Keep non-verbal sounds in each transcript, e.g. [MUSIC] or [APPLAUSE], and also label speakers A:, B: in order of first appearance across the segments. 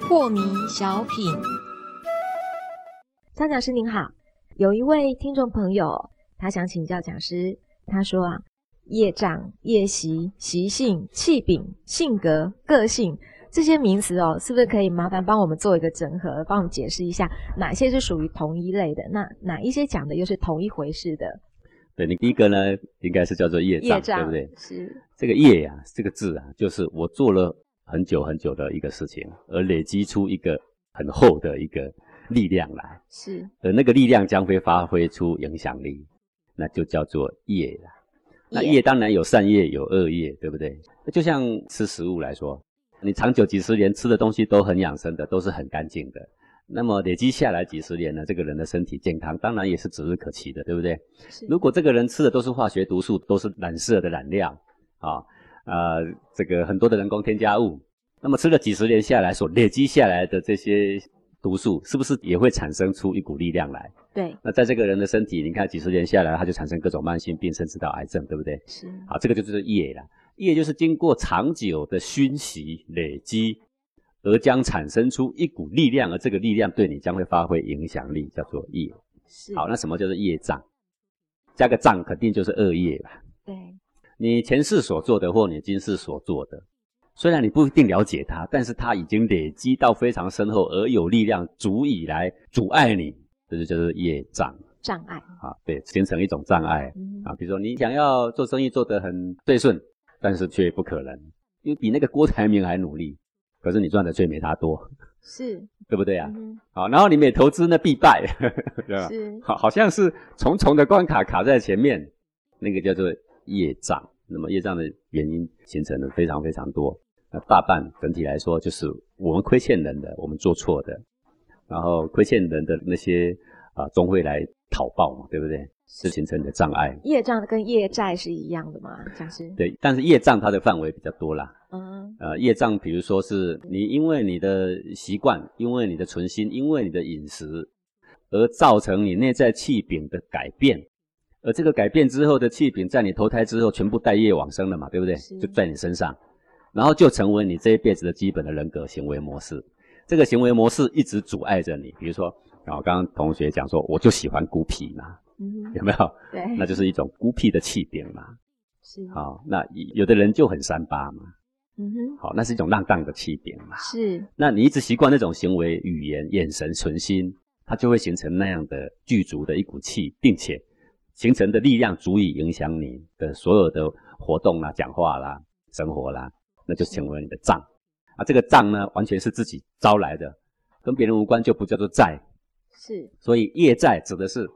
A: 破迷小品，张讲师您好，有一位听众朋友，他想请教讲师，他说啊，业障、业习、习性、气禀、性格、个性这些名词哦，是不是可以麻烦帮我们做一个整合，帮我们解释一下哪些是属于同一类的，那哪一些讲的又是同一回事的？
B: 对你第一个呢，应该是叫做业障，
A: 业障
B: 对不对？
A: 是
B: 这个业呀、这个字啊，就是我做了很久很久的一个事情，而累积出一个很厚的一个力量来，
A: 是
B: 而那个力量将会发挥出影响力，那就叫做业啦。那
A: 业
B: 业当然有善业，有恶业，对不对？那就像吃食物来说，你长久几十年吃的东西都很养生的，都是很干净的。那么累积下来几十年呢，这个人的身体健康当然也是指日可期的，对不对？
A: 是
B: 如果这个人吃的都是化学毒素，都是染色的染料啊，呃，这个很多的人工添加物，那么吃了几十年下来所累积下来的这些毒素，是不是也会产生出一股力量来？
A: 对
B: 那在这个人的身体，你看几十年下来，他就产生各种慢性病，甚至到癌症，对不对？
A: 是
B: 好，这个就是业啦。业就是经过长久的熏习累积，而将产生出一股力量，而这个力量对你将会发挥影响力，叫做业。
A: 是
B: 好，那什么叫做业障？加个障，肯定就是恶业吧。
A: 对
B: 你前世所做的，或你今世所做的，虽然你不一定了解它，但是它已经累积到非常深厚，而有力量足以来阻碍你，这就叫做业障
A: 障碍，
B: 啊。对，形成一种障碍
A: 嗯
B: 啊。比如说，你想要做生意做得很对顺，但是却不可能，因为比那个郭台铭还努力，可是你赚的却没他多，
A: 是
B: 对不对啊？
A: 嗯
B: 好，然后你每投资呢必败， [LAUGHS] 对吧？
A: 是
B: 好，好像是重重的关卡卡在前面，那个叫做业障。那么业障的原因形成的非常非常多，那大半整体来说就是我们亏欠人的，我们做错的，然后亏欠人的那些啊、终会来讨报嘛，对不对？是形成你的障碍。
A: 业障跟业债是一样的吗？讲师
B: 对，但是业障它的范围比较多啦。
A: 嗯
B: 呃，业障比如说是你因为你的习惯，因为你的存心，因为你的饮食，而造成你内在气禀的改变，而这个改变之后的气禀，在你投胎之后全部带业往生了嘛，对不对
A: 是？
B: 就在你身上，然后就成为你这一辈子的基本的人格行为模式。这个行为模式一直阻碍着你，比如说，啊，刚刚同学讲说，我就喜欢孤僻嘛，
A: 嗯
B: 有没有？
A: 对
B: 那就是一种孤僻的气禀嘛。
A: 是
B: 好、那有的人就很三八嘛，
A: 嗯哼
B: 好、那是一种浪荡的气禀嘛。
A: 是
B: 那你一直习惯那种行为、语言、眼神、存心，它就会形成那样的具足的一股气，并且形成的力量足以影响你的所有的活动啦、讲话啦、生活啦，那就成为你的障。啊，这个障呢，完全是自己招来的，跟别人无关，就不叫做债。
A: 是
B: 所以业债指的是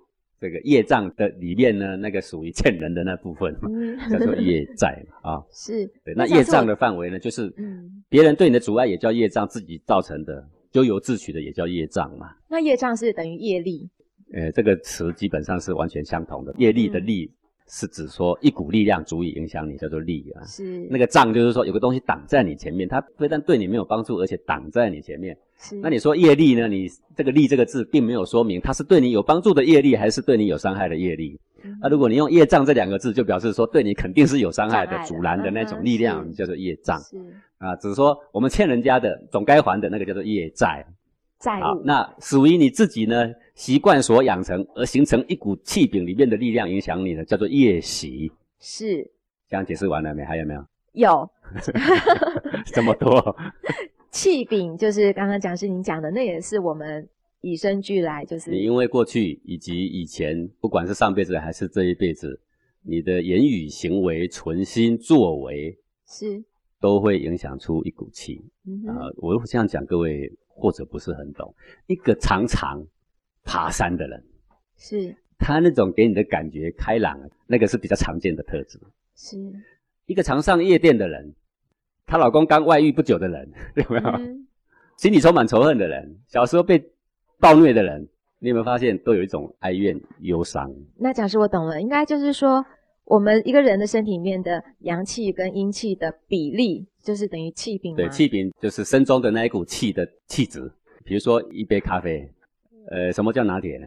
B: 这个业障的里面呢，那个属于欠人的那部
A: [LAUGHS]
B: 分嘛，
A: 嗯
B: 叫做业债嘛啊。
A: 是
B: 对，那
A: 假
B: 业
A: 设
B: 障
A: 我
B: 的范围呢，就是
A: 嗯
B: 别人对你的阻碍也叫业障，自己造成的，咎由自取的也叫业障嘛。
A: 那业障是等于业力
B: 呃，这个词基本上是完全相同的。业力的
A: 嗯
B: 力是指说一股力量足以影响你，叫做力啊。
A: 是
B: 那个障就是说有个东西挡在你前面，它非但对你没有帮助，而且挡在你前面。
A: 是
B: 那你说业力呢？你这个力这个字并没有说明它是对你有帮助的业力，还是对你有伤害的业力。
A: 嗯
B: 那、如果你用业障这两个字，就表示说对你肯定是有伤害的
A: 障碍、的
B: 阻拦的那种
A: 嗯
B: 力量，
A: 哼
B: 叫做业障。
A: 是
B: 啊，只是说我们欠人家的总该还的那个叫做业债
A: 债
B: 啊
A: 务，
B: 那属于你自己呢习惯所养成而形成一股气禀里面的力量影响你的叫做业习。
A: 是
B: 这样解释完了没？还有没
A: [LAUGHS]
B: 有？
A: 有
B: 这么多？
A: 气禀，就是刚刚讲师您讲的，那也是我们与生俱来，就是
B: [LAUGHS] 你因为过去以及以前，不管是上辈子还是这一辈子，你的言语、行为、存心、作为，
A: 是
B: 都会影响出一股气。
A: 嗯
B: 啊、
A: 哼
B: 我这样讲，各位或者不是很懂，一个常常爬山的人。
A: 是
B: 他那种给你的感觉开朗，啊那个是比较常见的特质。
A: 是
B: 一个常上夜店的人，她老公刚外遇不久的人， [LAUGHS] 有没有？
A: 嗯
B: 心里充满仇恨的人，小时候被暴虐的人，你有没有发现都有一种哀怨、忧伤？
A: 那讲师我懂了，应该就是说我们一个人的身体里面的阳气跟阴气的比例，就是等于气禀
B: 对，
A: 吗
B: 气禀就是身中的那一股气的气质。比如说一杯咖啡，呃，什么叫拿铁呢？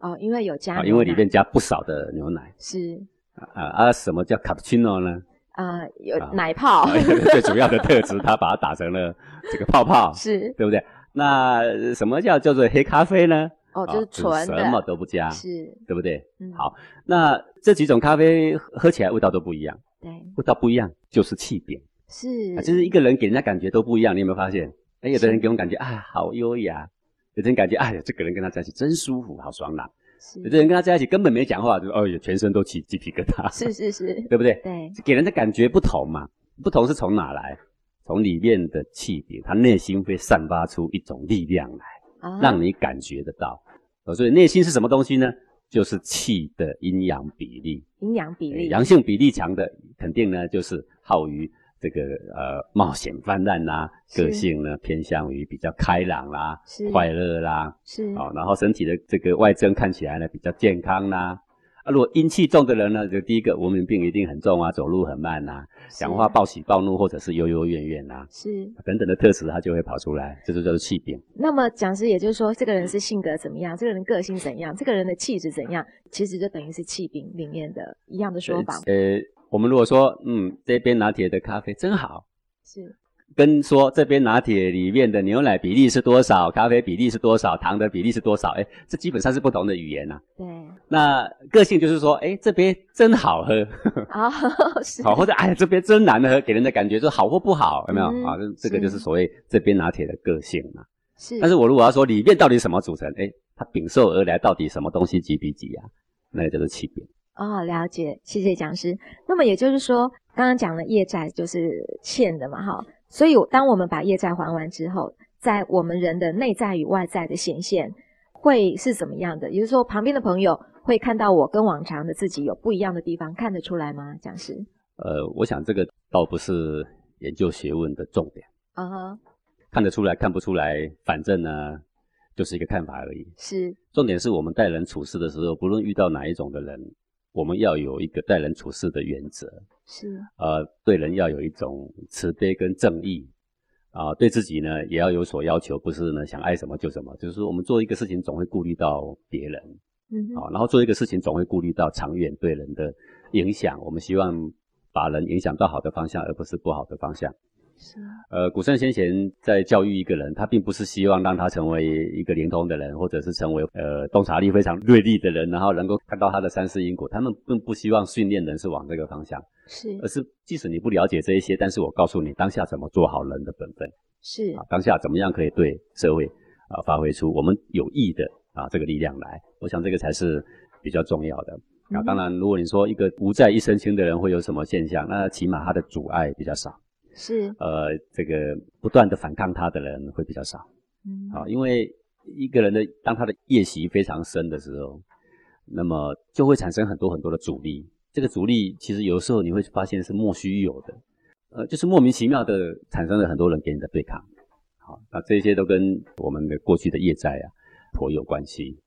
A: 哦，因为有加牛
B: 啊，
A: 奶，
B: 因为里面加不少的牛奶
A: 是
B: 啊啊，什么叫 cappuccino 呢？
A: 啊、呃有
B: 啊
A: 奶泡、
B: 啊 [LAUGHS] 最主要的特质，它把它打成了这个泡泡，
A: [LAUGHS] 是
B: 对不对？那呃什么叫叫做黑咖啡呢？
A: 哦，就是
B: 啊
A: 纯的，
B: 什么都不加，
A: 是
B: 对不对？
A: 嗯
B: 好那这几种咖啡喝喝起来味道都不一样，
A: 对
B: 味道不一样就是气饼，
A: 是
B: 啊，就是一个人给人家感觉都不一样，你有没有发现？哎，有的人给我感觉啊，好优雅。有的人感觉，哎呀，这个人跟他在一起真舒服，好爽朗。
A: 是
B: 有的人跟他在一起根本没讲话，就哦，全身都起鸡皮疙瘩，
A: [LAUGHS] 是是是，
B: [LAUGHS] 对不对？
A: 对
B: 给人的感觉不同嘛，不同是从哪来？从里面的气饼，他内心会散发出一种力量来，
A: 啊
B: 让你感觉得到。呃所以内心是什么东西呢？就是气的阴阳比例。
A: 营养比
B: 诶
A: 例
B: 阳性比例强的，肯定呢就是好于这个呃冒险泛滥啦、
A: 是
B: 个性呢偏向于比较开朗啦、
A: 是嗯
B: 快乐啦，
A: 是
B: 哦，然后身体的这个外征看起来呢比较健康啦。啊，如果阴气重的人呢，就第一个文明病一定很重啊，走路很慢呐、讲话
A: 是
B: 暴喜暴怒或者是悠悠怨怨啊，
A: 是。
B: 等等的特质，它就会跑出来，这就叫做气病。
A: 那么讲师也就是说，这个人是性格怎么样，这个人个性怎样，这个人的气质怎样，其实就等于是气饼里面的一样的说法，
B: 呃，我们如果说，嗯，这边拿铁的咖啡真好，
A: 是
B: 跟说这边拿铁里面的牛奶比例是多少，咖啡比例是多少，糖的比例是多少，哎，这基本上是不同的语言呐、啊 [LAUGHS]
A: 对
B: 那个性就是说，哎，这边真好喝，
A: 啊，是
B: 好，或者哎呀这边真难喝，给人的感觉说好或不好，有没有？
A: 嗯
B: 啊，这这个
A: 是
B: 就是所谓这边拿铁的个性嘛。
A: 是，
B: 但是我如果要说里面到底什么组成，哎，它禀受而来到底什么东西几比几啊？那个叫做气饼。
A: 哦，了解，谢谢讲师。那么也就是说，刚刚讲了业债就是欠的嘛，哈，所以当我们把业债还完之后，在我们人的内在与外在的显现会是怎么样的？也就是说，旁边的朋友会看到我跟往常的自己有不一样的地方，看得出来吗？讲师，
B: 呃，我想这个倒不是研究学问的重点，
A: 嗯哼，
B: 看得出来看不出来，反正呢就是一个看法而已。
A: 是
B: 重点是我们待人处事的时候，不论遇到哪一种的人，我们要有一个待人处事的原则，
A: 是
B: 呃，对人要有一种慈悲跟正义，啊、对自己呢也要有所要求，不是呢想爱什么就什么，就是说我们做一个事情总会顾虑到别人，
A: 嗯哼，
B: 啊、然后做一个事情总会顾虑到长远对人的影响，我们希望把人影响到好的方向，而不是不好的方向。
A: 是
B: 呃，古圣先贤在教育一个人，他并不是希望让他成为一个灵通的人，或者是成为呃洞察力非常锐利的人，然后能够看到他的三世因果。他们并不希望训练人是往这个方向，
A: 是
B: 而是即使你不了解这一些，但是我告诉你当下怎么做好人的本分
A: 是
B: 啊，当下怎么样可以对社会啊发挥出我们有益的啊这个力量来。我想这个才是比较重要的。啊，
A: 嗯
B: 当然，如果你说一个无债一身轻的人会有什么现象，那起码他的阻碍比较少。
A: 是
B: 呃，这个不断的反抗他的人会比较少
A: 嗯
B: 啊，因为一个人的当他的业习非常深的时候，那么就会产生很多很多的阻力。这个阻力其实有时候你会发现是莫须有的，呃，就是莫名其妙的产生了很多人给你的对抗。好，那这些都跟我们的过去的业债啊颇有关系。